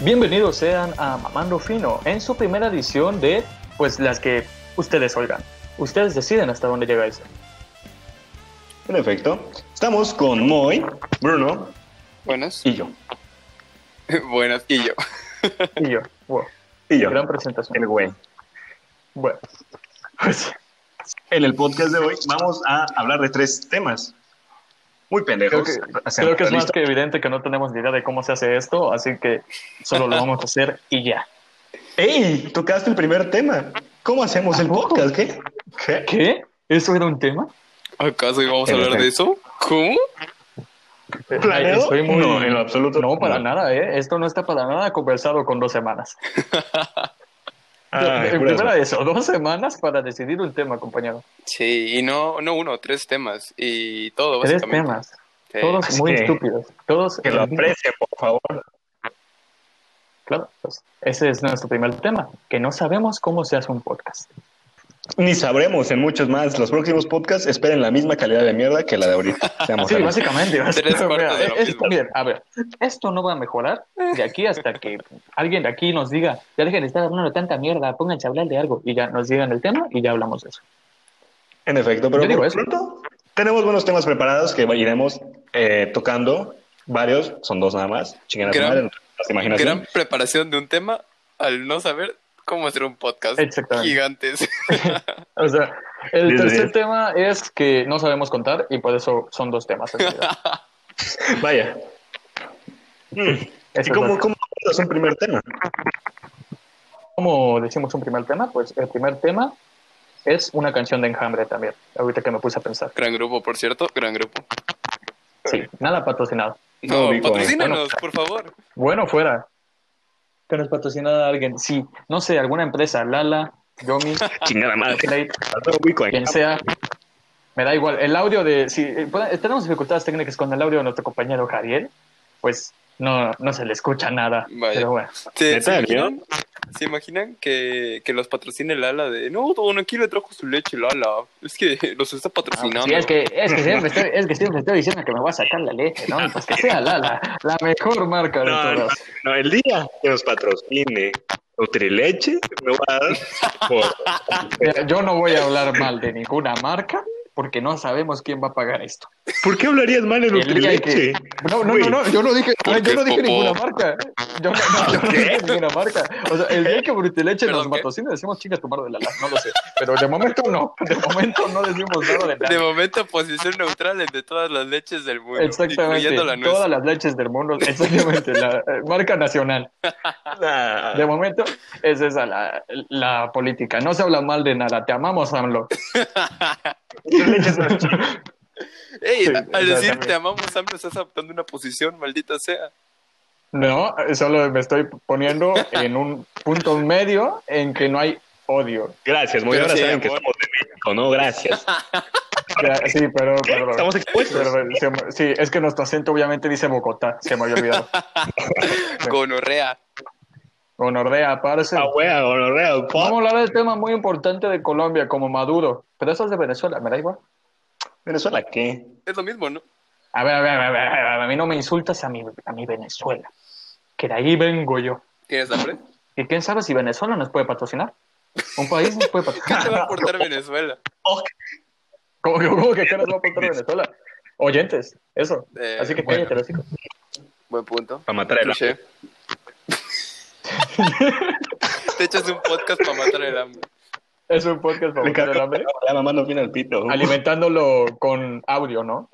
Bienvenidos sean a Mamando Fino en su primera edición de, pues, las que ustedes oigan. Ustedes deciden hasta dónde llegáis. En efecto, estamos con Moy, Bruno Buenas. y yo. Buenas, y yo. Y yo, wow, Y yo, gran presentación. el güey. Bueno, Pues, en el podcast de hoy vamos a hablar de tres temas. Muy pendejos. Creo que- O sea, creo que es más ¿listo? que evidente que no tenemos ni idea de cómo se hace esto, así que solo lo vamos a hacer y ya. ¡Ey! Tocaste el primer tema. ¿Cómo hacemos el podcast? ¿Qué? Ah, ¿Qué? ¿Qué? ¿Eso era un tema? ¿Acaso íbamos a En hablar de eso? ¿Cómo? Eh, ¿Planeado? Estoy muy... No, en lo absoluto. No, para No. nada, ¿eh? Esto no está para nada conversado con dos semanas. Ay, en puras- primera eso, dos semanas para decidir un tema, compañero. Sí, y no, no uno, tres temas. Y todo, Tres básicamente. temas, Sí. todos Así muy que- estúpidos. Todos que lo aprecien, por favor. Claro, pues, ese es nuestro primer tema, que no sabemos cómo se hace un podcast. Ni sabremos en muchos más. Los próximos podcasts esperen la misma calidad de mierda que la de ahorita. Seamos Sí, honestos. básicamente. básicamente, cuartos mira, de lo es- mismo. mira, a ver, esto no va a mejorar de aquí hasta que alguien de aquí nos diga, ya dejen de estar hablando de tanta mierda, pónganse a hablar de algo y ya nos digan el tema y ya hablamos de eso. En efecto, pero Yo digo por eso. pronto tenemos buenos temas preparados que iremos eh, tocando. Varios, son dos nada más. Chinguen a su Gran- madre, nuestra imaginación. Gran preparación de un tema al no saber cómo hacer un podcast. Exactamente. Gigantes. O sea, el Diez de tercer diez. tema es que no sabemos contar y por eso son dos temas. en realidad. Vaya. ¿Y Eso Este es cómo, lo- cómo abordas un primer tema? ¿Cómo decimos un primer tema? Pues el primer tema es una canción de enjambre también, ahorita que me puse a pensar. Gran grupo, por cierto, gran grupo. Sí, nada patrocinado. No, ubico, eh. patrocínanos, por favor. Bueno, fuera. Que nos patrocinara alguien. Sí, no sé, alguna empresa, Lala, Yomi, Chingada Play, quien Bitcoin. sea. Me da igual. El audio de. Si eh, puede- tenemos dificultades técnicas con el audio de nuestro compañero Javier, pues no, no se le escucha nada. Vaya. Pero bueno, ¿Se, ¿Neta, ¿se imaginan, ¿se imaginan que, que los patrocine Lala de no, don aquí le trajo su leche Lala? Es que los está patrocinando. Ah, pues Sí, es, que, es, que siempre estoy, es que siempre estoy diciendo que me voy a sacar la leche, ¿no? Pues que sea Lala, la mejor marca de No, no, todas. no, Ah, el día que nos patrocine Nutrileche, me va a dar por- Mira, Yo no voy a hablar mal de ninguna marca porque no sabemos quién va a pagar esto. ¿Por qué hablarías mal de El día que- Nutrileche? No, no, no, no, yo no dije, Porque yo no dije popó. ninguna marca. ¿eh? Yo no, no, yo no dije ninguna marca. O sea, el día que Brutileche nos Perdón, ¿qué? patrocina decimos chinga tu madre de la la", no lo sé. Pero de momento no, de momento no decimos nada de De nada. momento, posición neutral entre todas las leches del mundo, Exactamente, incluyendo la nuestra. todas las leches del mundo, exactamente, la eh, marca nacional. Nah. De momento es esa la, la política. No se habla mal de nada, te amamos, AMLO. Nutrileche es nuestro- Ey, Sí, al decir exactamente. te amamos, Sam, estás adoptando una posición, maldita sea. No, solo me estoy poniendo en un punto medio en que no hay odio. Gracias, muy Pero ahora sí, saben que amor. somos de México, ¿no? Gracias. Ya, sí, pero perdón. Estamos expuestos. Pero, eh, se me- sí, es que nuestro acento obviamente dice Bogotá, se me había olvidado. Gonorrea. Honordea, parce. Ah, wea, gonorrea, pop. Vamos a hablar del tema muy importante de Colombia, como Maduro. Pero eso es de Venezuela, me da igual. ¿Venezuela qué? Es lo mismo, ¿no? A ver, a ver, a ver, a ver, a mí no me insultas a mi, a mi Venezuela. Que de ahí vengo yo. ¿Tienes hambre? Y quién sabe si Venezuela nos puede patrocinar. Un país nos puede ¿Qué te va a patrocinar. aportar Venezuela? ¿Cómo, que- cómo que qué nos va a aportar Venezuela? Oyentes, eso. Eh, Así que bueno. cállate, los chicos. Buen punto. Para matar el Touché. te echas un podcast para matar el hambre. Es un podcast para Le matar el cargo hambre. La mamá no viene al pito. Alimentándolo con audio, ¿no?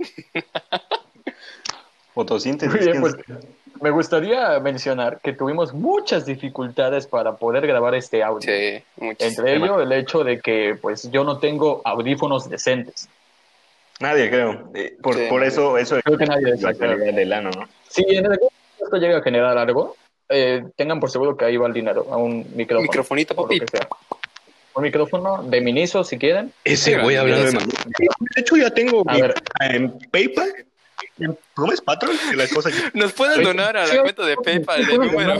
Fotosíntesis. Muy bien, ¿qué es? pues me gustaría mencionar que tuvimos muchas dificultades para poder grabar este audio. Sí, muchas. Entre ello, el hecho de que pues yo no tengo audífonos decentes. Nadie, creo. Eh, por, Sí. por eso, eso es Creo que nadie la exactamente. calidad del ano, ¿no? Si en algún momento esto llega a generar algo, eh, tengan por seguro que ahí va el dinero, a un micrófono. Microfonito, o lo papi. que sea. Un micrófono de Miniso, si quieren. Ese voy a hablar de Maduro. De hecho, ya tengo A mi- ver. en PayPal. en- ¿Cómo es Patreon? Y las cosas que- Nos puedes donar a la cuenta de PayPal el número.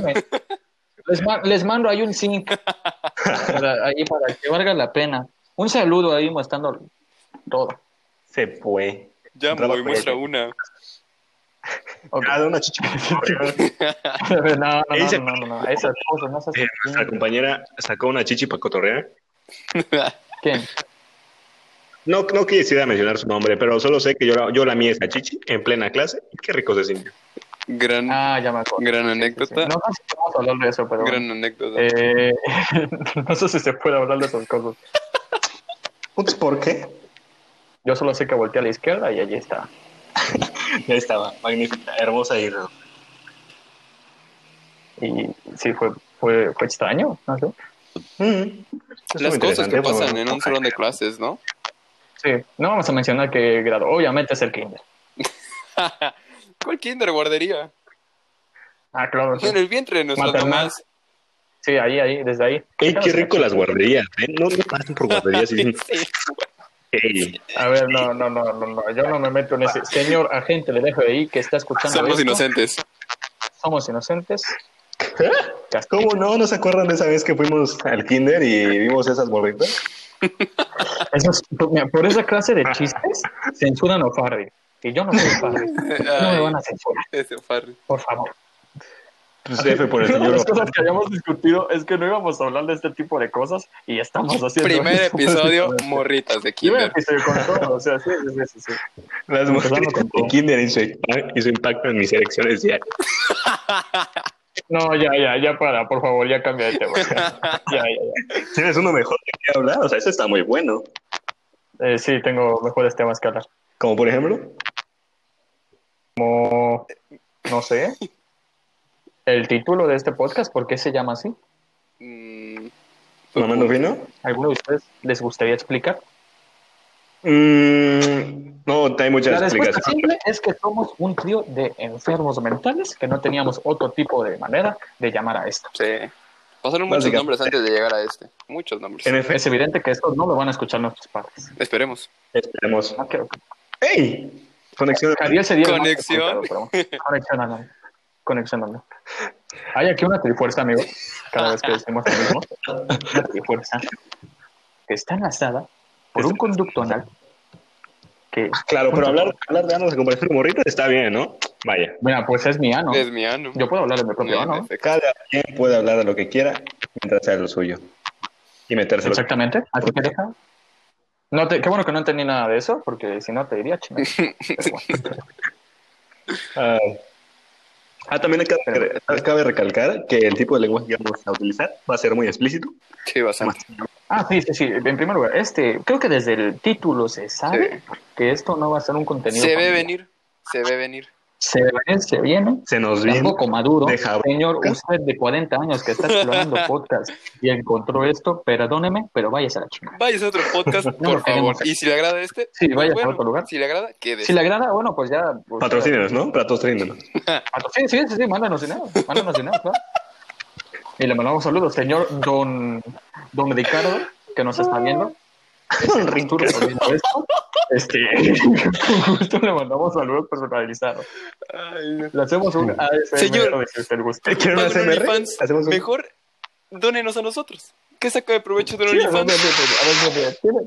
Les, ma- les mando ahí un zinc para, ahí para que valga la pena. Un saludo ahí mostrando todo. Se fue. Ya Entraba voy, por muestra ahí. una. Ok. Ah, de una chichipacorra. No, no, no, Ese- no, no, no. Esas cosas, no seas Eh, nuestra así. compañera sacó una chichi para cotorrear. ¿Quién? No, no quisiera mencionar su nombre, pero solo sé que yo, la- yo la esa chichi en plena clase. y Qué rico se sintió. gran, Ah, ya me acuerdo. gran Sí, sí. anécdota. No sé si podemos hablar de eso, pero. bueno. gran anécdota. Eh, no sé si se puede hablar de esas cosas. Ups, ¿Por qué? Yo solo sé que volteé a la izquierda y allí está. Ya estaba, magnífica, hermosa y redonda. Y sí, fue, fue, fue extraño, no sé. Mm. Estuvo Las cosas interesante, que fue pasan muy- en un salón de clases, ¿no? Sí, no vamos a mencionar qué grado. Obviamente es el kinder. ¿Cuál kinder guardería? Ah, claro. Sí, En el vientre de nuestras Maternal. mamás. Sí, ahí, ahí, desde ahí. Ey, qué rico las guarderías, ¿eh? No, no pasen por guarderías y dicen, Sí. "Ey, A ver, no, no, no, no, no. Yo no me meto en Ah. ese. Señor agente del FBI que está escuchando. Somos esto, inocentes. Somos inocentes. Castigo. ¿Cómo no? ¿No se acuerdan de esa vez que fuimos al kinder y vimos esas gorritas? Esos- por, pues, mira, por esa clase de chistes, censuran a Farri. Y yo no soy Farri. No me Ay, van a censurar, ese Farri. por favor. Pues F por el Una de señor. las cosas que habíamos discutido es que no íbamos a hablar de este tipo de cosas y estamos haciendo. Primer esto. episodio, morritas de Primer kinder. episodio con todo, o sea, sí, sí, sí, sí. Las Empezando mujeres con todo. de kinder y su, impact- y su impacto en mis elecciones diarias. No, ya, ya, ya para, por favor, ya cambia de tema. Ya, ya, ya. ¿Tienes uno mejor de qué hablar? O sea, ese está muy bueno. Eh, sí, tengo mejores temas que hablar. Como por ejemplo, Como, no sé, el título de este podcast, ¿por qué se llama así? Mm, Mamando Fino. ¿Alguno de ustedes les gustaría explicar? Mm, no, hay muchas La respuesta explicaciones. simple es que somos un trío de enfermos mentales que no teníamos otro tipo de manera de llamar a esto. sí. Pasaron muchos Básicamente. nombres antes de llegar a este. Muchos nombres. En efecto, Es evidente que esto no lo van a escuchar nuestros padres. Esperemos. esperemos. No creo que- ¡Ey! Conexión de... Javier sería el más Conexión. escuchado, pero bueno. Conexión anal. Conexión anal. Hay aquí una trifuerza, amigos. Cada vez que decimos lo mismo. Una trifuerza que está enlazada por un conducto anal que... Claro, pero hablar, hablar de anos en comparación con morritas está bien, ¿no? Vaya. Mira, pues es mi ano. Es mi ano. Yo puedo hablar de mi propio En ano. efecto. Cada quien puede hablar de lo que quiera mientras sea lo suyo. Y meterse lo que Exactamente. Así que deja. No te, qué bueno que no entendí nada de eso, porque si no te diría chingada. Pero bueno. Ah, ah, también cabe, cabe recalcar que el tipo de lenguaje que vamos a utilizar va a ser muy explícito. Sí, bastante. Ah, sí, sí, sí. En primer lugar, este, creo que desde el título se sabe que esto no va a ser un contenido. Se ve familiar. venir. Se ve venir. Se ve, se viene. Se nos viene. Tampoco maduro. de jabón. Señor, usted de 40 años que está explorando podcast y encontró esto, perdóneme, pero váyase a la chingada. Vayas a otro podcast, lo por favor. queremos. Y si le agrada este, Sí, pues vaya a bueno, otro lugar. Si le agrada, quede. Si le agrada, bueno, pues ya. pues, Patrocínenos, ¿no? Patrocínenos. Patro- Ah, Sí, sí, sí, sí, mándanos dinero, mándanos dinero, claro. Y le mandamos saludos, señor don, don Ricardo, que nos está viendo. Don Ricardo. Este, con gusto le mandamos saludos personalizados. Ay, no. Le hacemos un ASMR Señor. de si usted gusta. ¿Quieren un Hagan un ASMR? OnlyFans, Hacemos un- Mejor dónenos a nosotros. ¿Qué saca de provecho de un Sí, a ver, a ver, OnlyFans? a ver, a ver, tiene-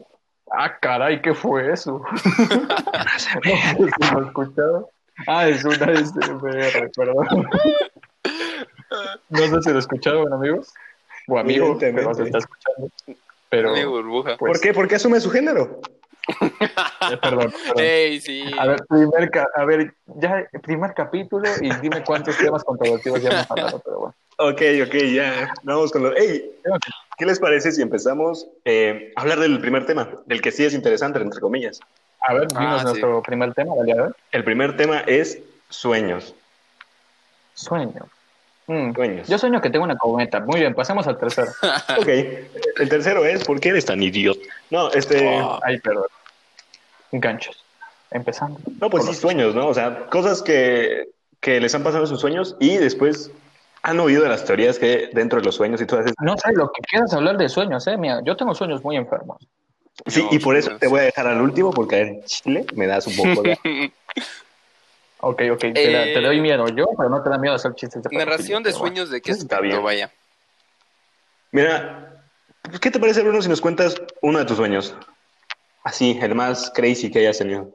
Ah, caray, ¿qué fue eso? pues, no, sé si lo he escuchado. Ah, es una ASMR, perdón. No sé si lo escucharon, amigos. O amigo, que nos está escuchando. Pero, Amigo burbuja. pues, ¿Por qué? ¿Por qué asume su género? eh, perdón, perdón. Ey, sí. A ver, primer, ca- a ver, ya primer capítulo y dime cuántos temas controvertidos ya hemos hablado, pero bueno. Ok, ok, ya. Vamos con los... ¡Ey! ¿Qué les parece si empezamos eh, a hablar del primer tema? Del que sí es interesante, entre comillas. A ver, dinos Ah, sí. nuestro primer tema del día de hoy. El primer tema es sueños. Sueño. Mm, Sueños. Yo sueño que tengo una cometa. Muy bien, pasemos al tercero. Ok. El tercero es ¿por qué eres tan idiota? No, este... Ah. Ay, perdón. Ganchos. Empezando. No, pues sí, sueños, ¿no? O sea, cosas que, que les han pasado en sus sueños y después han oído de las teorías que hay dentro de los sueños y todas esas. No sé lo que quieras hablar de sueños, eh, mía. Yo tengo sueños muy enfermos. Sí, No, y por eso sueños. te voy a dejar al último porque en Chile me das un poco de... Ok, ok. Te, da- Eh, te doy miedo yo, pero no te da miedo hacer chistes. De Narración de pero bueno. sueños de qué Eso está aspecto, bien. vaya. Mira, pues, ¿qué te parece, Bruno, si nos cuentas uno de tus sueños? Así, el más crazy que hayas tenido.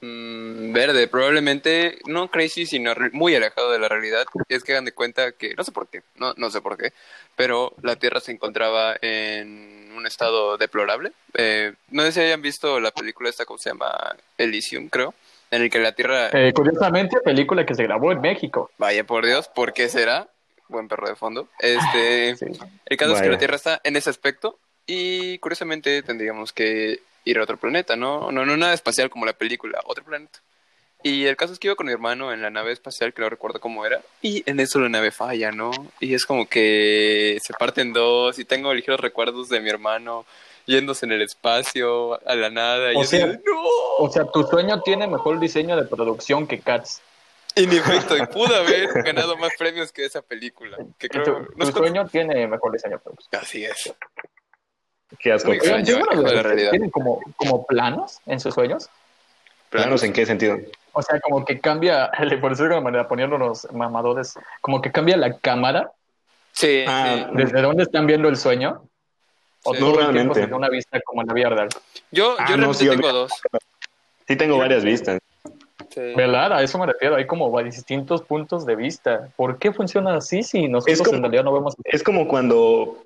Mm, verde, probablemente, no crazy, sino re- muy alejado de la realidad. Es que hagan de cuenta que, no sé por qué, no, no sé por qué, pero la Tierra se encontraba en un estado deplorable. Eh, no sé si hayan visto la película esta, ¿cómo se llama? Elysium, creo, en el que la Tierra, Eh, curiosamente, película que se grabó en México. vaya por Dios, ¿por qué será? Buen perro de fondo. Este, Sí. el caso es que Vaya. la Tierra está en ese aspecto y curiosamente tendríamos que ir a otro planeta, ¿no? No, no nada espacial como la película, otro planeta. Y el caso es que iba con mi hermano en la nave espacial, que no recuerdo cómo era, y en eso la nave falla, ¿no? Y es como que se parte en dos y tengo ligeros recuerdos de mi hermano yéndose en el espacio, a la nada, y O yo así de, sea- ¡no! O sea, tu sueño tiene mejor diseño de producción que Cats. En efecto, y pudo haber ganado más premios que esa película, que Tu, creo... tu Eh, no sé cuántos- sueño tiene mejor diseño de producción. Así es. Qué asco. Muy Oigan, Oigan, extraño. ¿sí alguna hijo de vez la ustedes realidad. ¿Tienen como, como planos en sus sueños? ¿Planos en qué sentido? O sea, como que cambia, por decirlo de alguna manera, poniéndonos mamadores, como que cambia la cámara Sí, Ah, sí. desde dónde están viendo el sueño. O Sí. todo el tiempo Realmente. se da una vista como en la vida real. Yo, Ah, yo no, realmente sí, tengo dos. Sí tengo varias vistas. Sí. ¿Verdad? A eso me refiero. Hay como distintos puntos de vista. ¿Por qué funciona así si nosotros como- en realidad no vemos? Es como cuando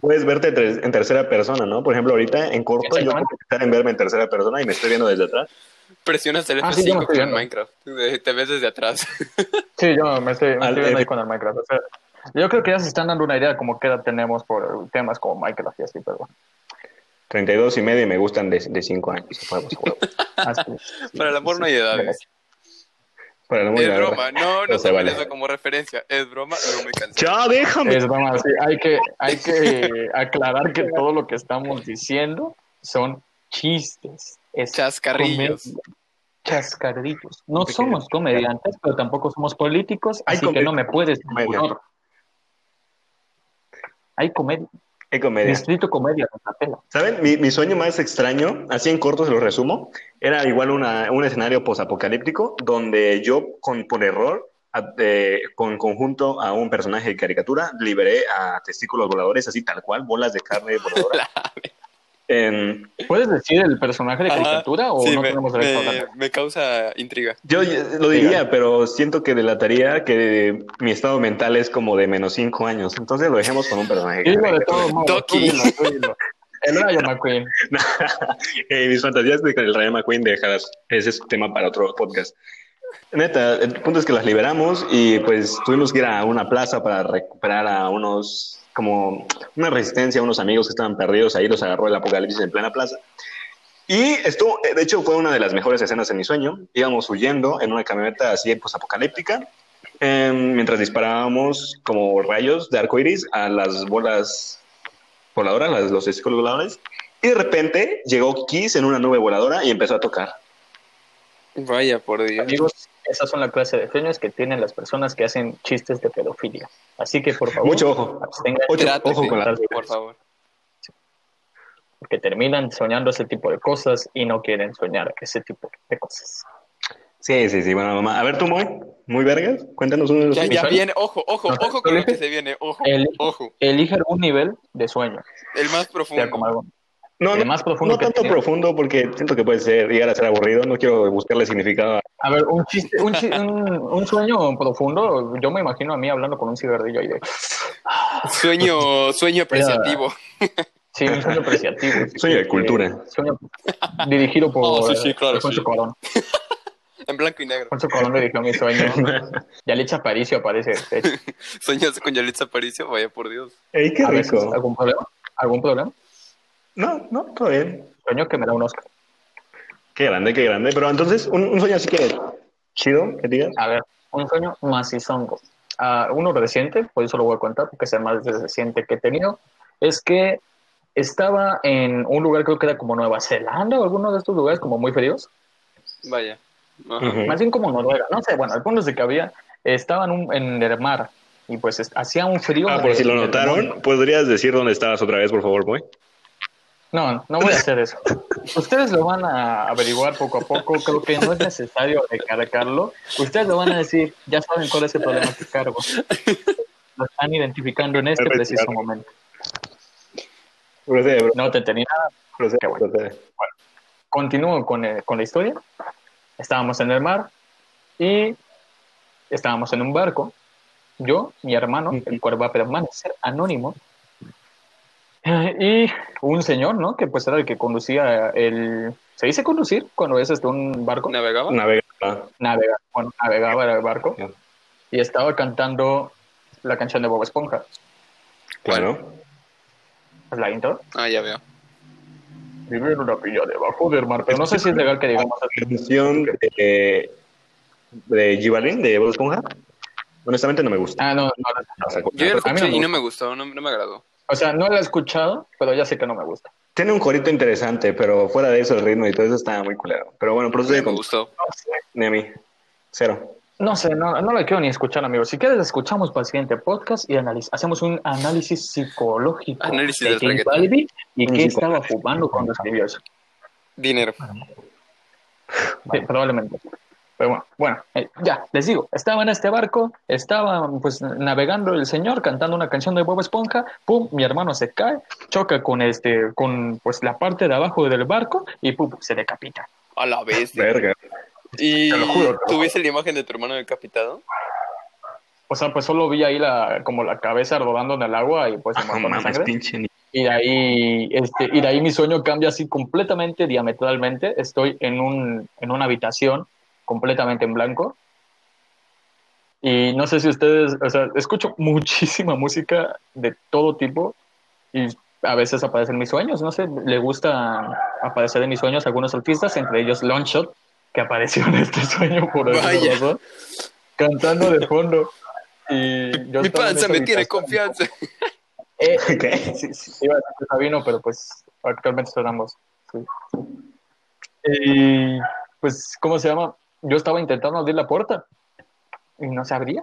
puedes verte tres- en tercera persona, ¿no? Por ejemplo, ahorita en corto yo puedo Exactamente. pensar en verme en tercera persona y me estoy viendo desde atrás. Presionas el F5 Ah, sí, yo me estoy con viendo. Minecraft. Eh, Te ves desde atrás. Sí, yo me estoy, me Al- estoy viendo ahí eh, con el Minecraft. O sea, yo creo que ya se están dando una idea de cómo queda tenemos por temas como Minecraft y así, pero 32 y medio y me gustan de, de 5 años. Huevos, huevos. así es. Para el amor no hay edades. Para el amor de es la verdad. broma. No, no No se se vale. eso como referencia. Es broma, no me cansé. Ya, déjame. Es broma, sí, hay que, hay que eh, aclarar que todo lo que estamos diciendo son chistes. Es Chascarrillos. comedia, Chascarrillos. No Porque- somos comediantes, pero tampoco somos políticos, Hay así que comedia. no me puedes Comedia. ignorar. Hay comedia. Qué comedia. Distrito comedia, con la tela. ¿Saben? Mi, mi sueño más extraño, así en corto se lo resumo, era igual una- un escenario posapocalíptico donde yo, con, por error, a- eh, con conjunto a un personaje de caricatura, liberé a testículos voladores, así tal cual, bolas de carne voladora. En- ¿Puedes decir el personaje de Ajá, caricatura o sí, no me, tenemos derecho a hablar? me, me causa intriga. yo eh, lo diría, pero siento que delataría que mi estado mental es como de menos 5 años, entonces lo dejemos con un personaje. de Dilo de caricatura. todo modo, tú Toki. dilo, tú dilo. El Rayo McQueen. Eh, mis fantasías de el Rayo McQueen dejadas. Ese es tema para otro podcast. Neta, el punto es que las liberamos y pues tuvimos que ir a una plaza para recuperar a unos, como una resistencia, a unos amigos que estaban perdidos. Ahí los agarró el apocalipsis en plena plaza. Y esto, eh, de hecho, fue una de las mejores escenas en mi sueño. Íbamos huyendo en una camioneta así pues, apocalíptica, eh, mientras disparábamos como rayos de arco iris a las bolas voladoras, las, los testículos voladores. Y de repente llegó Kiss en una nube voladora y empezó a tocar. Vaya, por Dios. Amigos, esas son la clase de sueños que tienen las personas que hacen chistes de pedofilia. Así que, por favor, Mucho ojo. abstengan Ocho, Trátese, ojo con la. Por favor. porque terminan soñando ese tipo de cosas y no quieren soñar ese tipo de cosas. Sí, sí, sí, bueno, mamá. A ver, tú, muy, muy vergas. Cuéntanos uno de los Ya, tuyos. ya viene. Ojo, ojo, No, ojo con lo que elige- se viene. Ojo, El- ojo. Elige algún nivel de sueño. El más sea como profundo. algo- No, el no, más profundo no que tanto tenía. profundo porque siento que puede ser, llegar a ser aburrido. No quiero buscarle significado. a- A ver, un, chiste, un, chi- un, un sueño profundo, yo me imagino a mí hablando con un ciberdillo ahí de... Sueño, sueño apreciativo. Sí, un sueño apreciativo. sí, Sueño de sí, cultura. Sueño dirigido por Oh, sí, sí, claro, Alfonso sí. Cuarón. En blanco y negro. Alfonso Cuarón dirigió mi sueño. Yalitza Aparicio aparece. de hecho. Sueñas con Yalitza Aparicio, vaya por Dios. Ey, qué A ver, rico. ¿Algún problema? ¿Algún problema? No, no, todo bien. Sueño que me da un Oscar. Qué grande, qué grande. Pero entonces, un, un sueño así que chido, que digas. A ver, un sueño macizongo. Ah, uno reciente, por eso lo voy a contar, porque es el más reciente que he tenido, es que estaba en un lugar, creo que era como Nueva Zelanda o alguno de estos lugares como muy fríos, Vaya. Ajá. Ujú. más bien como Noruega, no sé, bueno, el punto es de que había, estaba en, un- en el mar y pues es- hacía un frío. Ah, por de- si lo del notaron, demonio. ¿podrías decir dónde estabas otra vez, por favor, Moy? No, no voy a hacer eso. Ustedes lo van a averiguar poco a poco, creo que no es necesario recargarlo. Ustedes lo van a decir, ya saben cuál es el problema que cargo. Lo están identificando en este preciso momento. Procede, bro, No te tenía nada. procede, Qué bueno. procede. Continúo con, eh, con la historia. Estábamos en el mar y estábamos en un barco. Yo, mi hermano, el cual va a permanecer anónimo, y un señor, ¿no? Que pues era el que conducía el... ¿Se dice conducir cuando es este, un barco? ¿Navegaba? Navega. Navegaba, bueno, navegaba era el barco. Y estaba cantando la canción de Bob Esponja. Claro. ¿Es la intro? Ah, ya veo. Vive en una pilla debajo del mar. Pero no sé si es legal que digamos La canción de, de Gibalín, de Bob Esponja, honestamente no me gusta. Ah, no, no, no. O sea, Yo ya lo A mí no escuché me y no me gustó, no, no me agradó. O sea, no la he escuchado, pero ya sé que no me gusta. Tiene un corito interesante, pero fuera de eso el ritmo y todo eso está muy culero. Pero bueno, No procede me con gustó. No sé, ni a mí. Cero. no, sé, no, no la quiero ni escuchar, amigo. Si quieres, la escuchamos para el siguiente podcast y analiz- hacemos un análisis psicológico Análisis de del King reggaetón. Balbi y Un qué psicólogo. estaba fumando cuando escribió eso. Dinero. Sí, probablemente. Pero bueno, bueno eh, ya, les digo, estaba en este barco, estaba pues navegando el señor, cantando una canción de Bob Esponja, pum, mi hermano se cae, choca con este, con pues la parte de abajo del barco y pum, se decapita. A la bestia. Verga. ¿Y Te lo juro, te lo tuviste la imagen de tu hermano decapitado? O sea, pues solo vi ahí la, como la cabeza rodando en el agua y pues un Ah, montón de mames, sangre. pinche ni- Y de ahí, este, y de ahí mi sueño cambia así completamente, diametralmente. Estoy en un, en una habitación completamente en blanco. Y no sé si ustedes, o sea, escucho muchísima música de todo tipo y a veces aparecen mis sueños. No sé, le gusta aparecer en mis sueños a algunos artistas, entre ellos Longshot, que apareció en este sueño por alguna Vaya. razón, cantando de fondo. Y yo estaba Mi en panza esa me tiene habitación. confianza. Eh, ¿Qué? sí, sí, iba a decir Sabino, pero pues actualmente son ambos. sí. Y pues, ¿cómo se llama? Yo estaba intentando abrir la puerta y no se abría.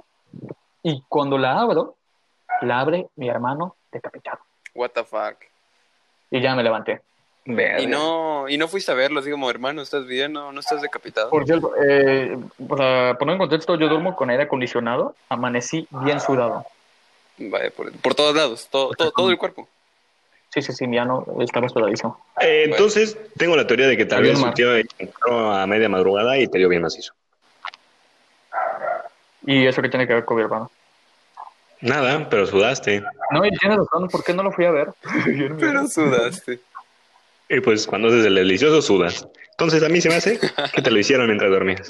Y cuando la abro, la abre mi hermano decapitado. What the fuck. Y ya me levanté. Verga. Y no, y no fuiste a verlo, así como, hermano, estás bien, no, no estás decapitado. Por cierto, eh, para poner en contexto, yo duermo con aire acondicionado, amanecí bien sudado. Vaya, por, por todos lados, todo, todo, todo el cuerpo. Sí, sí, sí, mi ano estaba sudadísimo. Eh, entonces, tengo la teoría de que tal Había vez un su mar. tío entró a media madrugada y te dio bien macizo. Y eso que tiene que ver con mi hermano. Nada, pero sudaste. No, y tienes razón, ¿por qué no lo fui a ver? Pero sudaste. Y pues cuando haces el delicioso, sudas. Entonces, a mí se me hace que te lo hicieron mientras dormías.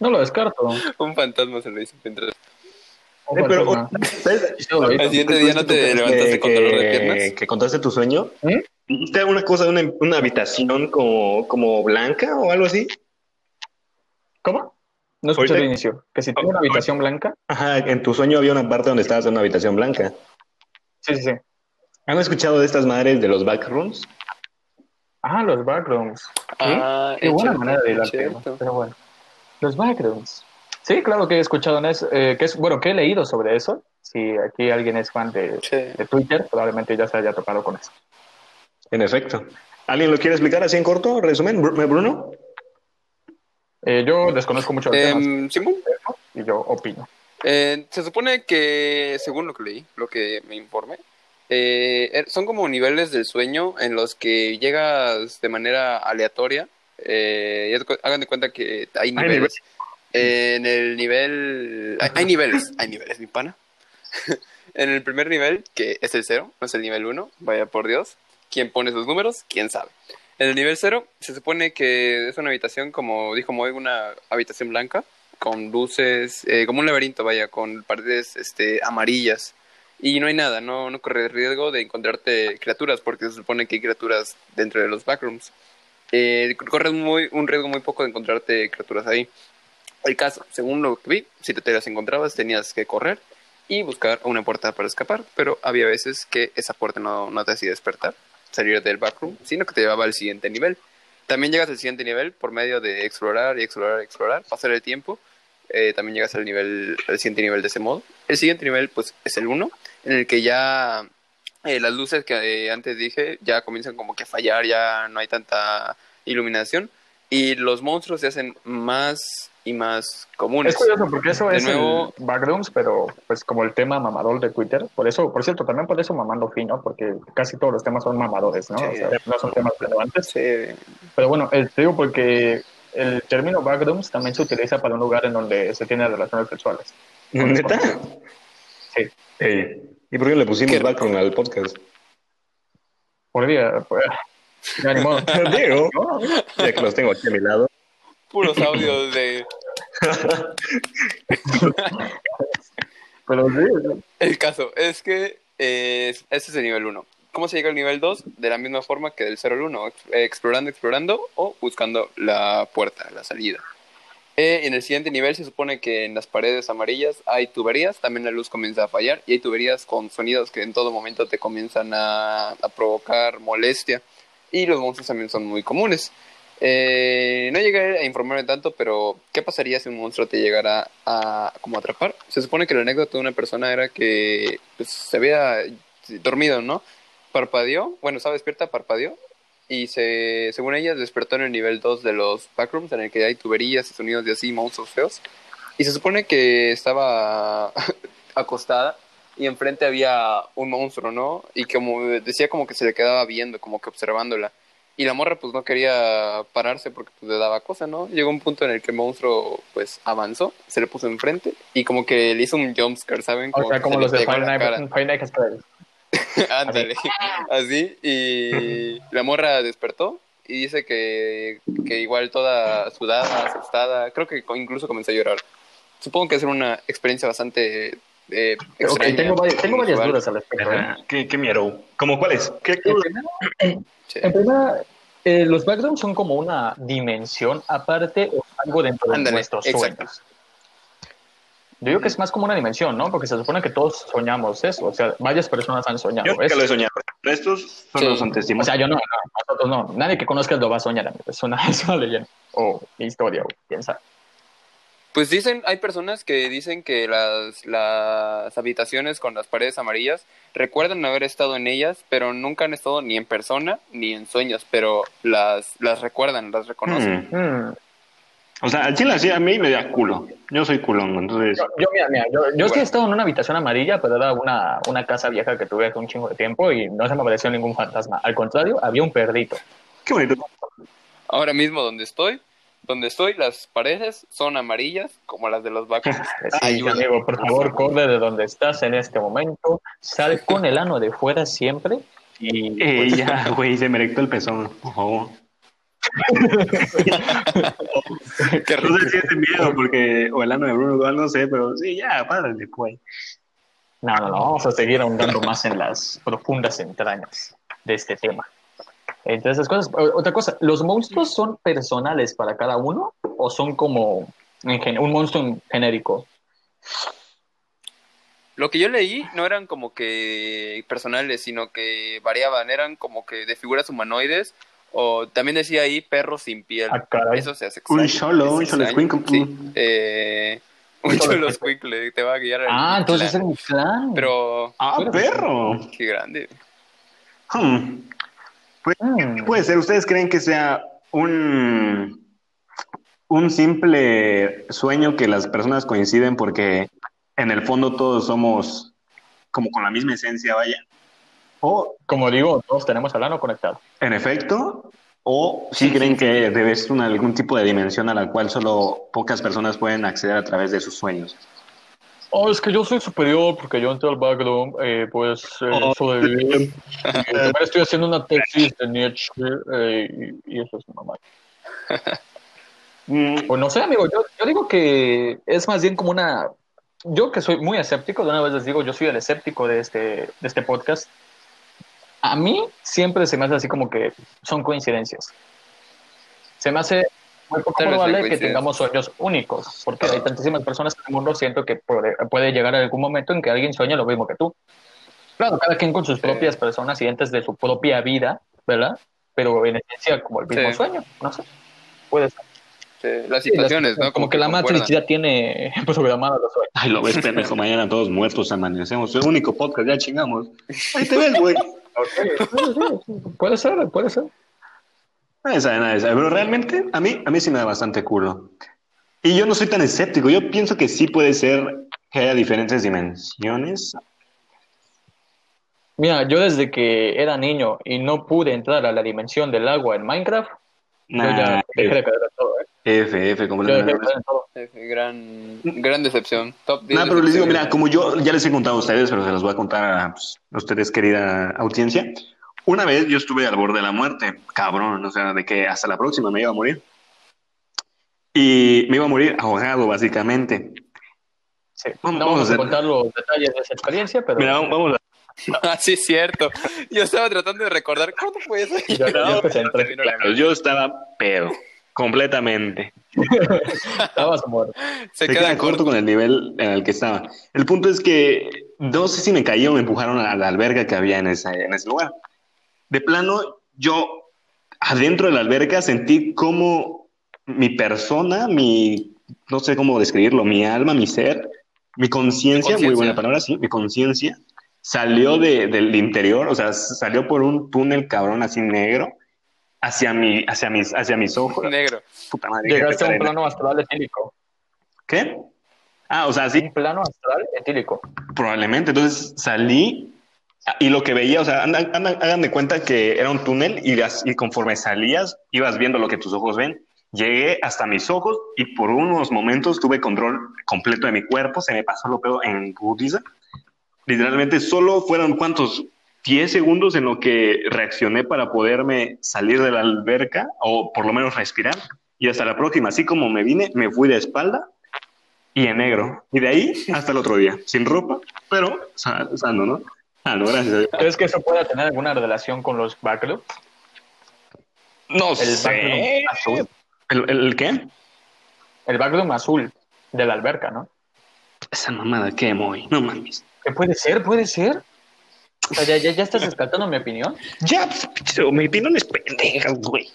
No lo descarto. Un fantasma se lo hizo mientras. Eh, pero, Fantasma. ¿sabes? Al siguiente día no te levantaste con dolor de piernas. ¿Mm? que contaste tu sueño. ¿Eh? ¿Dijiste una cosa de una, una habitación como, como blanca o algo así? ¿Cómo? No escuché el Ahorita- inicio. Que si tengo una habitación blanca. Ajá, en tu sueño había una parte donde estabas en una habitación blanca. Sí, sí, sí. ¿Han escuchado de estas madres de los backrooms? Ah, los backrooms. Ah, Qué buena es manera de hilar cierto, es temas, cierto. Pero bueno. Los backrooms. Sí, claro que he escuchado en eso. eh, que es, bueno, que he leído sobre eso. Si aquí alguien es fan de, Sí. de Twitter, probablemente ya se haya topado con eso. En efecto. ¿Alguien lo quiere explicar así en corto? ¿Resumen, Bru- Bruno? Eh, yo desconozco mucho de temas Em, Simón, y yo opino. Eh, se supone que, según lo que leí, lo que me informé, eh, er- son como niveles del sueño en los que llegas de manera aleatoria. Eh, y haz de cu- hagan de cuenta que hay niveles. niveles. Eh, en el nivel... Hay, hay niveles, hay niveles, mi pana. en el primer nivel, que es el cero, no es el nivel uno, vaya por Dios. ¿Quién pone esos números? ¿Quién sabe? En el nivel cero se supone que es una habitación, como dijo Moy, una habitación blanca con luces, eh, como un laberinto, vaya, con paredes este, amarillas. Y no hay nada, no, no corre riesgo de encontrarte criaturas, porque se supone que hay criaturas dentro de los backrooms. Eh, corres muy, un riesgo muy poco de encontrarte criaturas ahí. El caso, según lo que vi, si te las encontrabas tenías que correr y buscar una puerta para escapar, pero había veces que esa puerta no, no te hacía despertar, salir del backroom, sino que te llevaba al siguiente nivel. También llegas al siguiente nivel por medio de explorar y explorar y explorar, pasar el tiempo. eh, también llegas al, nivel, al siguiente nivel de ese modo. El siguiente nivel, pues, es el 1, en el que ya eh, las luces que eh, antes dije ya comienzan como que a fallar, ya no hay tanta iluminación. Y los monstruos se hacen más y más comunes. Es curioso porque eso De es nuevo- el Backrooms, pero pues como el tema mamador de Twitter, por eso, por cierto, también por eso mamando fino, porque casi todos los temas son mamadores, ¿no? Sí. O sea, no son temas relevantes. Sí, Pero bueno, eh, te digo porque el término backrooms también se utiliza para un lugar en donde se tiene relaciones sexuales. ¿Neta? Sí. Ey, ¿Y por qué le Qué pusimos rico. background al podcast? Por día, pues, ya ni modo. Diego, ya que los tengo aquí a mi lado. puros audios de Pero sí, El caso es que eh, este es el nivel 1. ¿Cómo se llega al nivel 2? De la misma forma que del 0 al 1, ex- eh, explorando, explorando o buscando la puerta, la salida. Eh, en el siguiente nivel se supone que en las paredes amarillas hay tuberías, también la luz comienza a fallar y hay tuberías con sonidos que en todo momento te comienzan a, a provocar molestia y los monstruos también son muy comunes. Eh, no llegué a informarme tanto, pero ¿qué pasaría si un monstruo te llegara a como atrapar? Se supone que la anécdota de una persona era que pues, se había dormido, ¿no? Parpadeó, bueno, estaba despierta, parpadeó y se, según ella despertó en el nivel 2 de los backrooms en el que hay tuberías y sonidos de así, monstruos feos. Y se supone que estaba acostada y enfrente había un monstruo, ¿no? Y como decía como que se le quedaba viendo, como que observándola. Y la morra pues no quería pararse porque pues, le daba cosa, ¿no? Llegó un punto en el que el monstruo pues avanzó, se le puso enfrente y como que le hizo un jumpscare, ¿saben? o sea, que como se le los de pegó en Five la cara. Nights Five Nights at Freddy's. Ándale, así. Y la morra despertó y dice que, que igual toda sudada, asustada, creo que co- incluso comenzó a llorar. Supongo que es una experiencia bastante... Eh, Ok, extraña, tengo, varias, tengo varias inusual. dudas al respecto. ¿eh? ¿Qué, qué miedo? ¿Cómo Este, cuál es? ¿Qué, qué- En primera, Sí. en primera, eh, los backrooms son como una dimensión aparte o algo dentro de Ándale, nuestros exacto. sueños. Yo digo que es más como una dimensión, ¿no? Porque se supone que todos soñamos eso. O sea, varias personas han soñado Yo nunca eso. lo he soñado. Estos son Sí. los O antecedentes. sea, yo no, no, nosotros no. Nadie que conozcas lo va a soñar, amigo. Es una, es una leyenda. O historia, o quién sabe. Pues dicen, hay personas que dicen que las, las habitaciones con las paredes amarillas recuerdan haber estado en ellas, pero nunca han estado ni en persona ni en sueños, pero las, las recuerdan, las reconocen. Hmm. O sea, al chile así a mí me da culo. Yo soy culón, entonces. Yo, yo, mira, mira, yo, yo sí Bueno. he estado en una habitación amarilla, pero era una, una casa vieja que tuve hace un chingo de tiempo y no se me apareció ningún fantasma. Al contrario, había un perrito. Qué bonito. Ahora mismo donde estoy, donde estoy, las paredes son amarillas como las de los vacas. Sí, amigo, por favor, corre de donde estás en este momento. Sal con el ano de fuera siempre. Y pues, Eh, ya, güey, se me erectó el pezón. Por favor. Qué rico. No sé si es de miedo, porque. O el ano de Bruno Duval, no sé, pero sí, ya, párale, güey. no, no, no, vamos a seguir ahondando más en las profundas entrañas de este tema. Entre esas cosas, o- otra cosa, ¿los monstruos son personales para cada uno o son como en gen- un monstruo en genérico? Lo que yo leí no eran como que personales, sino que variaban, eran como que de figuras humanoides o también decía ahí perros sin piel. Ah, caray. Eso se hace Un extraño, solo, es un solo extraño, squinkle. sí. Eh, un solo solo squinkle, te va a guiar. al Ah, entonces es plan. un clan. Pero, Ah, perro. qué grande. Hmm. Mm. Puede ser, ¿ustedes creen que sea un, un simple sueño que las personas coinciden porque en el fondo todos somos como con la misma esencia, vaya? O, como digo, todos tenemos el ano conectado. en efecto, o si creen que debe ser una- algún tipo de dimensión a la cual solo pocas personas pueden acceder a través de sus sueños. Oh, es que yo soy superior porque yo entré al background, eh, pues eh, Oh, sobreviví. Eh, también estoy haciendo una tesis de Nietzsche eh, y, y eso es mamá. Mm. Pues no sé, amigo, yo, yo digo que es más bien como una... Yo que soy muy escéptico, de una vez les digo, yo soy el escéptico de este, de este podcast. A mí siempre se me hace así como que son coincidencias. Se me hace muy poco Tal vez Ah. probable son que tengamos sueños únicos, porque hay tantísimas personas en el mundo, siento que puede, puede llegar algún momento en que alguien sueñe lo mismo que tú. Claro, cada quien con sus Sí. propias personas y entes de su propia vida, ¿verdad? Pero en esencia como el mismo Sí. sueño, no sé. Puede ser. Eh, las Sí, las- situaciones, ¿no? Como que la concuerdan. Matrix ya tiene pues, programada los sueños. Ay, lo ves, pendejo, mañana todos muertos amanecemos. Es el único podcast, ya chingamos. Ahí te ves, güey. Puede ser, puede ser. Nadie sabe, nadie sabe. Pero realmente a mí, a mí sí me da bastante culo. Y yo no soy tan escéptico, yo pienso que sí puede ser que haya diferentes dimensiones. Mira, yo desde que era niño y no pude entrar a la dimensión del agua en Minecraft, yo Nah, ya dejé de F, creer en todo, ¿eh? F, Yo F, dejé de completamente. creer en todo. Eh, Gran, gran decepción. Top 10 Nada, pero les digo, decepciones. mira, como yo ya les he contado a ustedes, pero se los voy a contar a, pues, a ustedes, querida audiencia. Una vez yo estuve al borde de la muerte, cabrón, o sea, de que hasta la próxima me iba a morir. Y me iba a morir ahogado, básicamente. Sí. Vamos- No vamos a vamos a hacer- contar los detalles de esa experiencia, pero Mira, vamos a... Ah, sí, es cierto. Yo estaba tratando de recordar cuándo fue eso. Ya- ya No, empecé a no entrar. terminó la Yo estaba pedo, completamente. estabas muerto. mente. Se Se queda, queda corto con el nivel en el que estaba. El punto es que no sé si me caí o me empujaron a la alberga que había en, esa- en ese lugar. De plano, yo adentro de la alberga sentí como mi persona, mi, no sé cómo describirlo, mi alma, mi ser, mi conciencia, muy Conciencia. buena palabra, sí, mi conciencia, salió de- del interior, o sea, salió por un túnel cabrón así negro hacia, mi, hacia, mis, hacia mis ojos. negro. Puta madre, Llegaste a un qué pena. plano astral etílico. ¿Qué? Ah, o sea, sí, Un plano astral etílico. Probablemente. Entonces salí y lo que veía, o sea, anda- anda- hagan de cuenta que era un túnel y, las- y conforme salías ibas viendo lo que tus ojos ven. Llegué hasta mis ojos y por unos momentos tuve control completo de mi cuerpo, se me pasó lo pedo en putiza. Literalmente solo fueron cuántos 10 segundos en lo que reaccioné para poderme salir de la alberca o por lo menos respirar y hasta la próxima. Así como me vine, me fui de espalda y en negro. Y de ahí hasta el otro día, sin ropa, pero sa- sano, ¿no? Sano, gracias a Dios. ¿Crees que eso pueda tener alguna relación con los backloops? No El sé. backroom azul. ¿El, el, el qué? El backroom azul de la alberca, ¿no? Esa mamada, ¿qué, Moy? No mames. ¿Qué puede ser? ¿Puede ser? O sea, ¿ya, ya, ya estás descartando mi opinión? Ya, pues, pero me pidieron es pendejas, güey.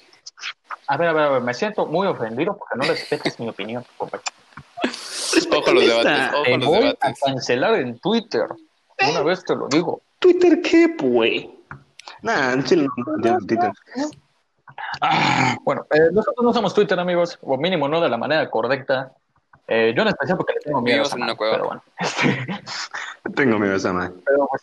A ver, a ver, a ver, me siento muy ofendido porque no respetas mi opinión, compa. Ojo a los Esta. debates. Ojo a Te los voy a debates. cancelar en Twitter. Una vez te lo digo. ¿Twitter qué, güey? Nah, en Chile no entiendo Twitter. Ah, Bueno, eh, nosotros no usamos Twitter, amigos, o mínimo no de la manera correcta. Eh, yo en especial porque le tengo miedo. a Vivimos esa en una madre, cueva. Pero bueno. tengo miedo a esa madre. Pero, pues,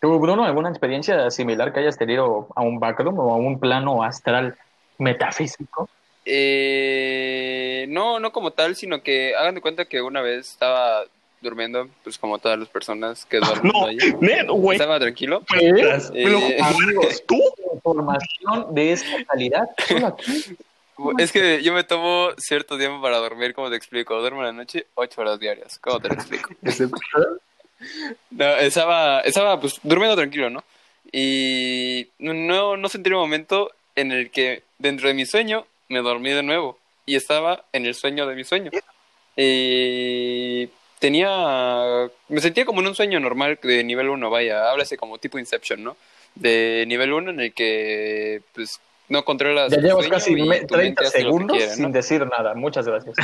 ¿Tú, Bruno, alguna experiencia similar que hayas tenido a un backroom o a un plano astral metafísico? Eh, no, no como tal, sino que hagan de cuenta que una vez estaba durmiendo, pues como todas las personas que duermen No, ahí. Ned, güey. Estaba tranquilo. Tras- Eh, pero, amigos, ¿Tú? Información de esta calidad solo aquí. Es que yo me tomo cierto tiempo para dormir, como te explico. Duermo en la noche ocho horas diarias. ¿Cómo te lo explico? No, estaba, estaba pues durmiendo tranquilo, ¿no? Y no, no sentí un momento en el que dentro de mi sueño me dormí de nuevo y estaba en el sueño de mi sueño. Y tenía, me sentía como en un sueño normal de nivel 1, vaya, háblase como tipo Inception, ¿no? De nivel 1 en el que pues no controlas Ya tu llevas sueño casi y me- tu 30 mente hace lo que segundos quiere, ¿no? sin decir nada. Muchas gracias.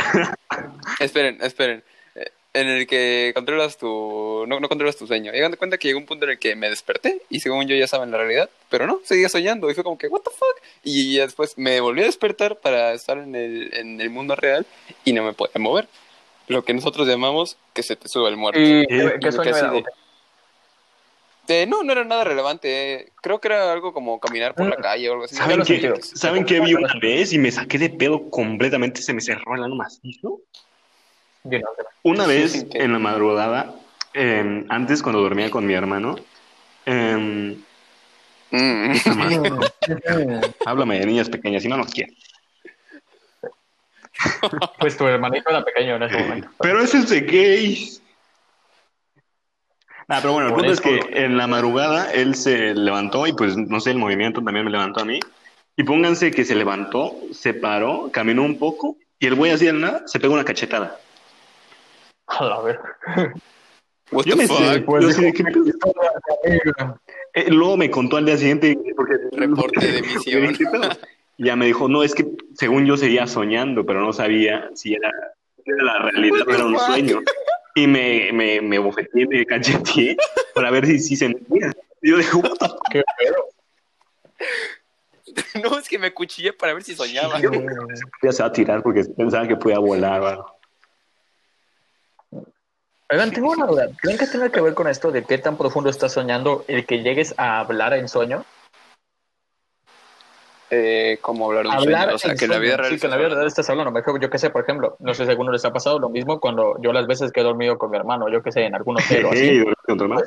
Esperen, esperen. Eh, En el que controlas tu. No, no controlas tu sueño. Llegan de cuenta que llegó un punto en el que me desperté y según yo ya estaba en la realidad, pero no, seguía soñando y fue como que, ¿What the fuck? Y ya después me volví a despertar para estar en el, en el mundo real y no me podía mover. Lo que nosotros llamamos que se te sube el muerto. ¿Y Eh, qué, qué Y sueño que así era? de- de, no, no era nada relevante. eh. Creo que era algo como caminar por la Mm. calle o algo así. Ya ¿Saben lo qué, sentí. ¿Saben qué vi una vez y me saqué de pedo completamente? Se me cerró el ano macizo. Yo no sé. Una vez Sí, sí. en la madrugada, eh, antes cuando dormía con mi hermano, eh, Mm. háblame de niñas pequeñas, si no, no quiero. Pues tu hermanito era pequeño en ese momento. Pero ese es de gays. Ah, pero bueno, el Por punto es que eso. en la madrugada él se levantó y pues no sé, el movimiento también me levantó a mí. Y pónganse que se levantó, se paró, caminó un poco y el güey así de la nada se pegó una cachetada. A la verga. What Yo the me fuck? yo así de, "¿Qué pedo?". Eh, luego me contó al día siguiente porque Reporte de Yo misión. dije, "¿Qué pedo?". Y ya me dijo, no, es que según yo seguía soñando, pero no sabía si era, si era la realidad o era un sueño. Y me, me, me bofeteé, me cacheteé para ver si, si sentía. Y yo dije, "What the fuck?". Qué pedo. no, es que me cuchillé para ver si soñaba. Ya se va a tirar porque pensaban que podía volar, mano. Oigan, tengo una duda. ¿Creen que tenga que ver con esto de qué tan profundo estás soñando el que llegues a hablar en sueño? Eh, ¿Cómo hablar de un hablar sueño? O sea, en que en la sueño. vida real. Sí, que en la vida real estás hablando. Mejor, yo qué sé, por ejemplo, no sé si a alguno les ha pasado lo mismo cuando yo las veces que he dormido con mi hermano, yo qué sé, en algún hotel o así, Ey, ¿dormiste con tu hermano?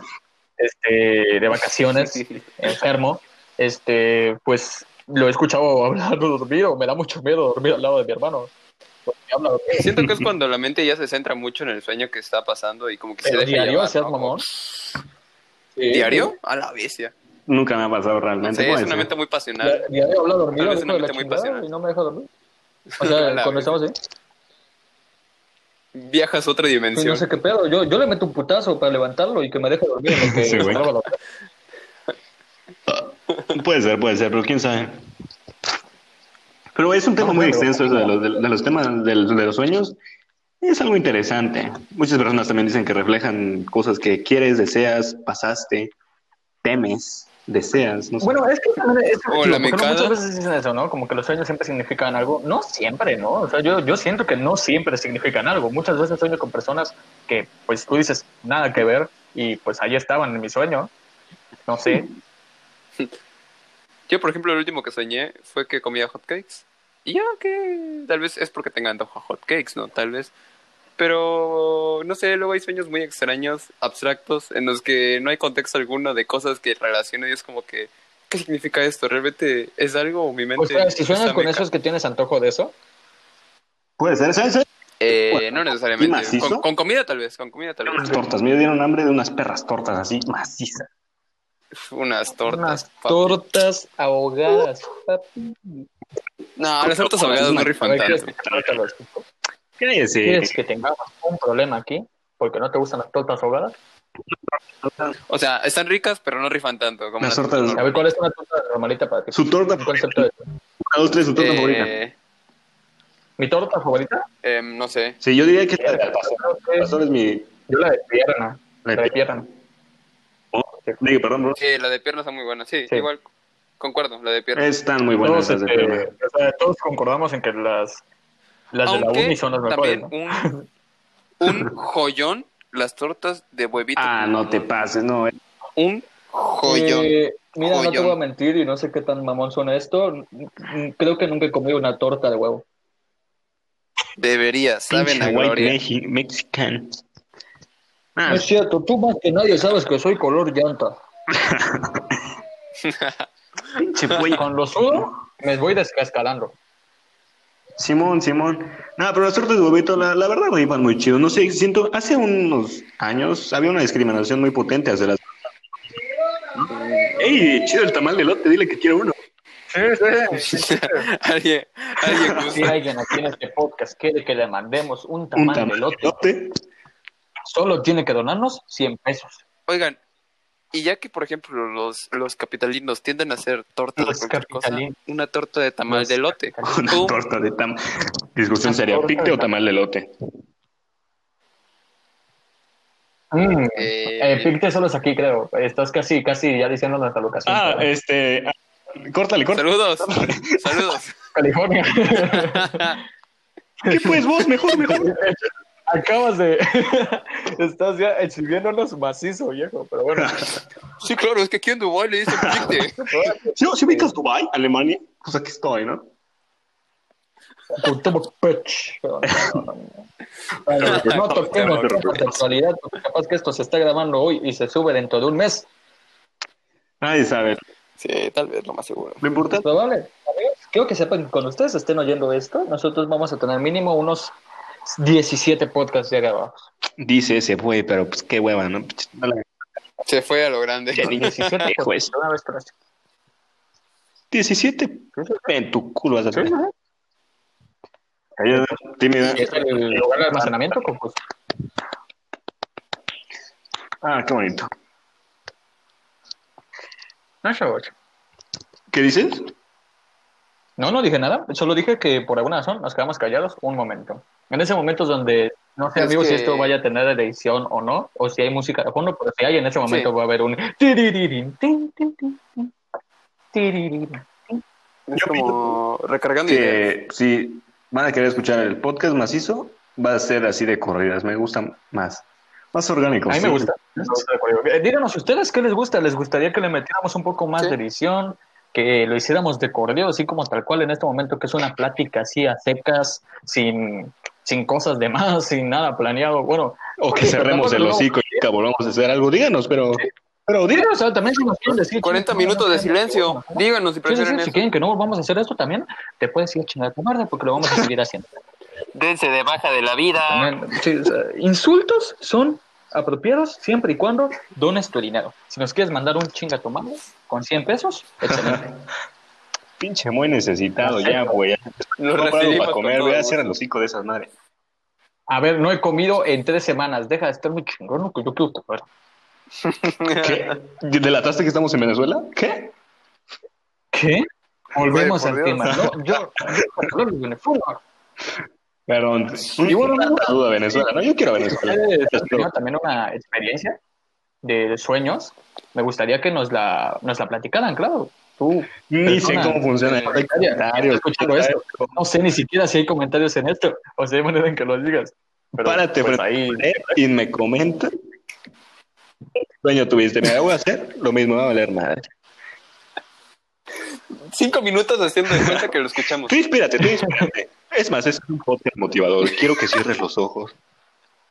este, de vacaciones, enfermo, este, pues lo he escuchado hablar dormido. Me da mucho miedo dormir al lado de mi hermano. Porque Eh, habla dormido. Siento que es cuando la mente ya se centra mucho en el sueño que está pasando y como que se Pero deja diario, llevar, seas ¿no? mamón. Sí. ¿Diario? A la bestia. Nunca me ha pasado Sí, realmente. es Bueno, una sí. mente muy pasional. Ya- ya he hablado dormido, Tal vez hijo una de la mente muy chingada, pasional. y no me deja dormir. O A sea, la cuando estamos así, Viajas a otra pues dimensión. no sé qué pedo. Yo, yo le meto un putazo para levantarlo y que me deje dormir en lo que Sí, güey. estaba dormido. Puede ser, puede ser, pero quién sabe. Pero es un tema muy extenso eso de los, de, los temas del- de, los sueños. Es algo interesante. Muchas personas también dicen que reflejan cosas que quieres, deseas, pasaste, temes, deseas. No sé. Bueno, es que también es pues, O digo, la porque no mecada. muchas veces dicen eso, ¿no? Como que los sueños siempre significan algo. No siempre, ¿no? O sea, yo, yo siento que no siempre significan algo. Muchas veces sueño con personas que, pues tú dices, nada que ver y pues ahí estaban en mi sueño. No sé. Yo, por ejemplo, el último que soñé fue que comía hotcakes. Y ya que tal vez es porque tenga antojo a hotcakes, ¿no? Tal vez. Pero, no sé, luego hay sueños muy extraños, abstractos, en los que no hay contexto alguno de cosas que relaciono y es como que, ¿qué significa esto? ¿Realmente es algo o mi mente? O sea, Pues, si sueñas está con meca- eso es que tienes antojo de eso. Puede ser, ¿sabes? ¿sabes? Eh, Bueno, no necesariamente. macizo? Con, con comida tal vez, con comida tal Unas vez. tortas. Me dieron hambre de unas perras tortas así macizas. Unas tortas. Unas papi. tortas ahogadas. papi. No, las tortas ahogadas no A rifan ver, ¿quieres tanto. que te corte los chicos? Cállese. ¿Quieres que tengamos un problema aquí? Porque no te gustan las tortas ahogadas. O sea, están ricas, pero no rifan tanto. Como Las las tortas. A ver, ¿cuál es una torta normalita para ti? Su torta Un concepto de... Una, dos, tres, su torta favorita. Eh, ¿Mi torta favorita? em, no sé. Sí, yo diría que la de Verga, pastor. creo que es- Pastor es mi. Yo la de pierna. la La de de- pierna. Digo, perdón, bro. Sí, la de pierna está muy buena. Sí, Eh, Sí. igual. Concuerdo, la de pierna. Están muy buenas Todos, esas de este, pierna. o sea, todos concordamos en que las, las de la Aunque uni son las mejores. también ¿no? un, un joyón, las tortas de huevito. Ah, no te pases, no. eh. Un joyón. Eh, mira, no te Joyón. voy a mentir y no sé qué tan mamón suena esto. n- n- Creo que nunca he comido una torta de huevo. Deberías, saben Pinche a white gloria. Mexi- Mexican. No Ah, es cierto, tú más que nadie sabes que soy color llanta. pinche pollo. Con lo sudo me voy descascarando. Simón, Simón. Nada, pero las tortas de huevito, la, la verdad, iban muy chido. No sé, siento, hace unos años había una discriminación muy potente hacia las. ¡Ey, chido el tamal de lote! Dile que quiero uno. alguien, alguien Si gusta. alguien aquí en este podcast quiere que le mandemos un Un tamal de tamal de elote, lote. solo tiene que donarnos 100 pesos. Oigan, y ya que, por ejemplo, los, los capitalinos tienden a hacer tortas Los de cualquier cosa, capitalinos. una torta de tamal Los de lote. Una Tú, torta de tamal. Discusión Una seria: torta ¿picte de o tamal de lote? Mm. eh, Eh, Picte solo es aquí, creo. Estás casi, casi ya diciendo nuestra locación. Ah, pero- este. ah, Córtale, córtale. saludos, saludos. California. ¿Qué pues vos? Mejor, mejor. Acabas de. Estás ya exhibiéndonos macizo, viejo. Pero bueno. sí, claro, es que aquí en Dubái le dicen picte. ¿Sí, sí ubicas Dubai, Alemania? Pues aquí estoy, ¿no? Cultivo pitch. Pero no, no, no. Bueno, no toquemos Pero- temas de actualidad, porque capaz que esto se está grabando hoy y se sube dentro de un mes. Nadie sabe. Sí, tal vez, lo más seguro. Lo importante. Probable. Amigos, Quiero que sepan que cuando ustedes estén oyendo esto, nosotros vamos a tener mínimo unos 17 podcasts ya grabados. Dice ese güey, pero pues qué hueva, ¿no? Pinche- Se fue a lo grande. 17 Hijo de podcasts, su- una vez por así. 17. En tu culo vas a tener. Cállate, tímida. Y es el lugar de almacenamiento, con- pues, Ah, qué bonito. no, chavo, chavo. ¿Qué dices? No, no dije nada, solo dije que por alguna razón nos quedamos callados un momento. En ese momento es donde no sé, Es amigos, si que- esto vaya a tener edición o no, o si hay música de fondo, pero si hay, en ese momento Sí. Pues va a haber un. tiriririn, tin, tin, tin, tin, tiriririn, tin, Es como recargando ideas. que si van a querer escuchar el podcast macizo, va a ser así de corridas. Me gusta más. Más orgánico. A mí sí. me gusta. me gusta el coreógrafo. Eh, Díganos ustedes qué les gusta. ¿Les gustaría que le metiéramos un poco más Sí. de edición? Que lo hiciéramos de cordeo, así como tal cual en este momento, que es una plática así a secas, sin, sin cosas de más, sin nada planeado. Bueno, O que cerremos el hocico y nunca volvamos a hacer algo. Díganos, pero. Pero díganos. díganos, o sea, también si nos quieren decir. 40 chingada, minutos de no, silencio. no, no, Díganos Sí, si sí, sí, prefieren si eso. quieren que no vamos a hacer esto también, te puedes ir a chingar a tu madre porque lo vamos a seguir haciendo. Dense de baja de la vida. También, sí, o sea, insultos son apropiados siempre y cuando dones tu dinero. Si nos quieres mandar un chinga a tu madre con 100 pesos, excelente. Pinche muy necesitado ya, güey. Ya Lo compro algo recibimos para con comer. todo Voy a gusto. hacer el hocico de esas madres. A ver, no he comido en tres semanas. Deja de estar muy chingón, lo que yo quiero comer. ¿Qué? ¿Delataste que estamos en Venezuela? ¿Qué? ¿Qué? Volvemos Güey, al por tema. Dios. No, yo, yo hablo de Venezuela. Perdón. Y bueno, no, Una duda, Venezuela. No, yo quiero Venezuela. ustedes han tenido también una experiencia de sueños. Me gustaría que nos la, nos la platicaran, claro. Tú, Ni sé Persona. cómo funciona. No hay comentarios. escuchando esto. No sé ni siquiera si hay comentarios en esto o si hay manera en que lo digas. Pero, Párate pues, frente a ahí. la pared y me comenta. ¿Qué Sueño tuviste, me voy a hacer lo mismo, no va a valer nada. Cinco minutos haciendo de cuenta que lo escuchamos. Tú inspírate, tú inspírate. Es más, es un podcast motivador. Quiero que cierres los ojos.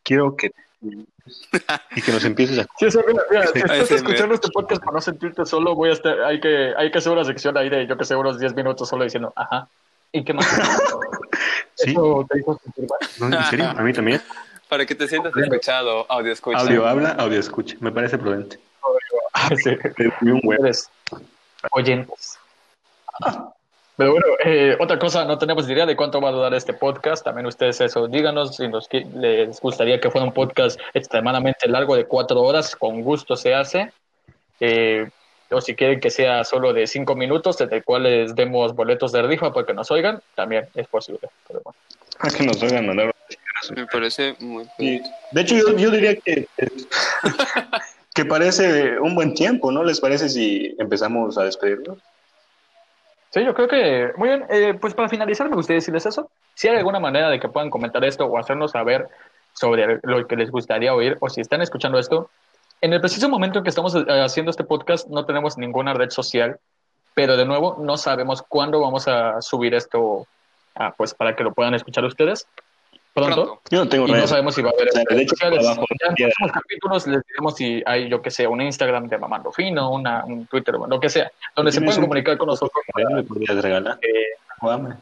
Quiero que. Y que nos empieces a. Sí, o sea, mira, mira, si Ahí estás sí, escuchando este podcast para no sentirte solo, voy a estar, hay que, hay que hacer una sección ahí de yo que sé, unos 10 minutos solo diciendo, ajá. ¿Y qué más? Sí, Eso te hizo sentir mal. no, en serio, a mí también. Para que te sientas escuchado, audio Pues escucha. Audio habla, audio escucha. Me parece prudente. Sí. Es un huevo. Eres oyentes. Ah. Pero bueno, eh, otra cosa, no tenemos idea de cuánto va a durar este podcast. También ustedes eso, díganos si nos qui- les gustaría que fuera un podcast extremadamente largo de cuatro horas, con gusto se hace. Eh, o si quieren que sea solo de cinco minutos, desde el cual les demos boletos de rifa para que nos oigan, también es posible. Pero bueno. Ah, que nos oigan mandar. Me parece muy Sí. De hecho, yo, yo diría que. Que parece un buen tiempo, ¿no? ¿Les parece si empezamos a despedirnos? Sí, yo creo que muy bien. Eh, pues para finalizar, me gustaría decirles eso. Si hay alguna manera de que puedan comentar esto o hacernos saber sobre lo que les gustaría oír o si están escuchando esto, en el preciso momento en que estamos eh, haciendo este podcast no tenemos ninguna red social, pero de nuevo no sabemos cuándo vamos a subir esto ah, pues para que lo puedan escuchar ustedes pronto. Pronto. Yo no tengo Y no redes. sabemos si va a haber O sea, de redes hecho, sociales. por abajo Ya en piedra. próximos capítulos les diremos si hay, yo que sé, un Instagram de Mamando Fino, una, un Twitter, lo que sea, donde se Tienes pueden un- comunicar con nosotros. ¿Me podrías regalar? eh,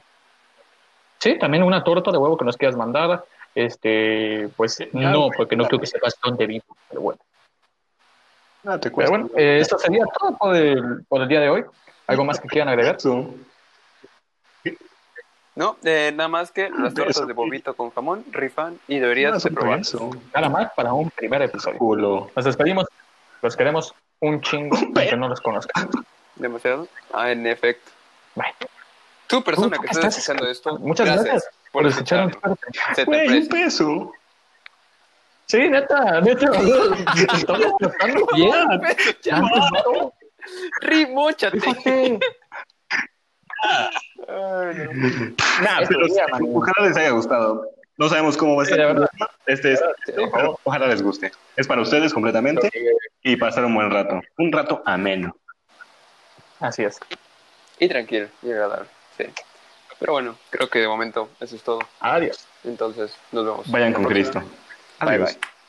Sí, también una torta de huevo que nos quieras mandar. Este, pues claro, no, güey, porque no claro. creo que sepas dónde vivo, pero bueno. No, te Pero cuesta. bueno, eh, esto sería todo por el, por el día de hoy. ¿Algo más que quieran agregar? Eso. No, eh, nada más que las Eso. tortas de bobito con jamón rifan y deberías de probar. Eso. Nada más para un primer episodio. Culo. Nos despedimos. Los queremos un chingo, aunque no los conozcan. Demasiado. Ah, en efecto. Bye. Tú, persona Tú que que estás estás escuchando esto, Muchas gracias, por escuchar un escucharlo. Se te Güey, un aprecia. peso. Sí, neta, neta. Estamos tratando bien. Ya, no, Rimóchate. fíjate. Nah, pero Eso, Ah, ya, man. ojalá les haya gustado. No sabemos cómo va a Sí, la estar. verdad. Este es, Sí, pero ojalá les guste. Es para ustedes completamente y pasar un buen rato. Un rato ameno. Así es. Y tranquilo y agradable. Sí. Pero bueno, creo que de momento eso es todo. Adiós. Entonces, nos vemos. Vayan con La próxima. Cristo. Bye, Adiós. bye.